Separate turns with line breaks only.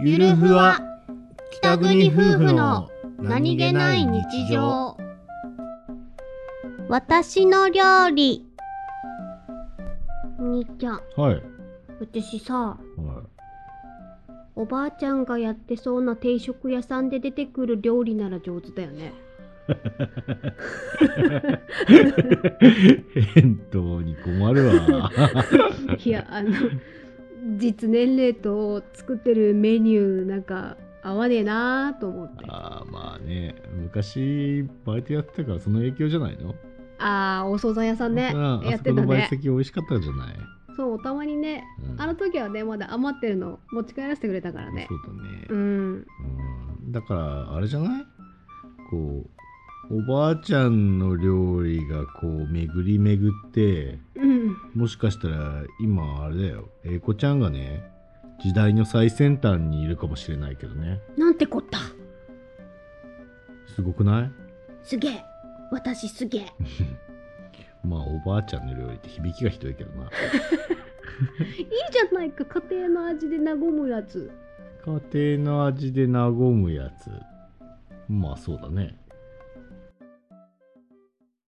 ゆるふわ北国夫婦の何気ない日常
私の料理お兄ちゃん
はい、はい、
私さおばあちゃんがやってそうな定食屋さんで出てくる料理なら上手だよね
返答に困る わ
いやあの実年齢と作ってるメニューなんか合わねえなーと思ってあ
あーまあね昔バイトやってたからその影響じゃないの
あーお惣菜屋さんね
ああ
や
そ
っ
こ
て
の
た
焙
ね
石美味しかったじゃない、
そうたまにね
うん
あの時はねまだ余ってるの持ち帰らせてくれたからね
そうだね、
うん
うんだからあれじゃないこうおばあちゃんの料理がこう巡り巡って
うん
もしかしたら今あれだよ英子ちゃんがね時代の最先端にいるかもしれないけどね
なんてこった
すごくない
すげえ私すげえ
まあおばあちゃんの料理って響きがひどいけどな
いいじゃないか家庭の味で和むやつ
家庭の味で和むやつまあそうだね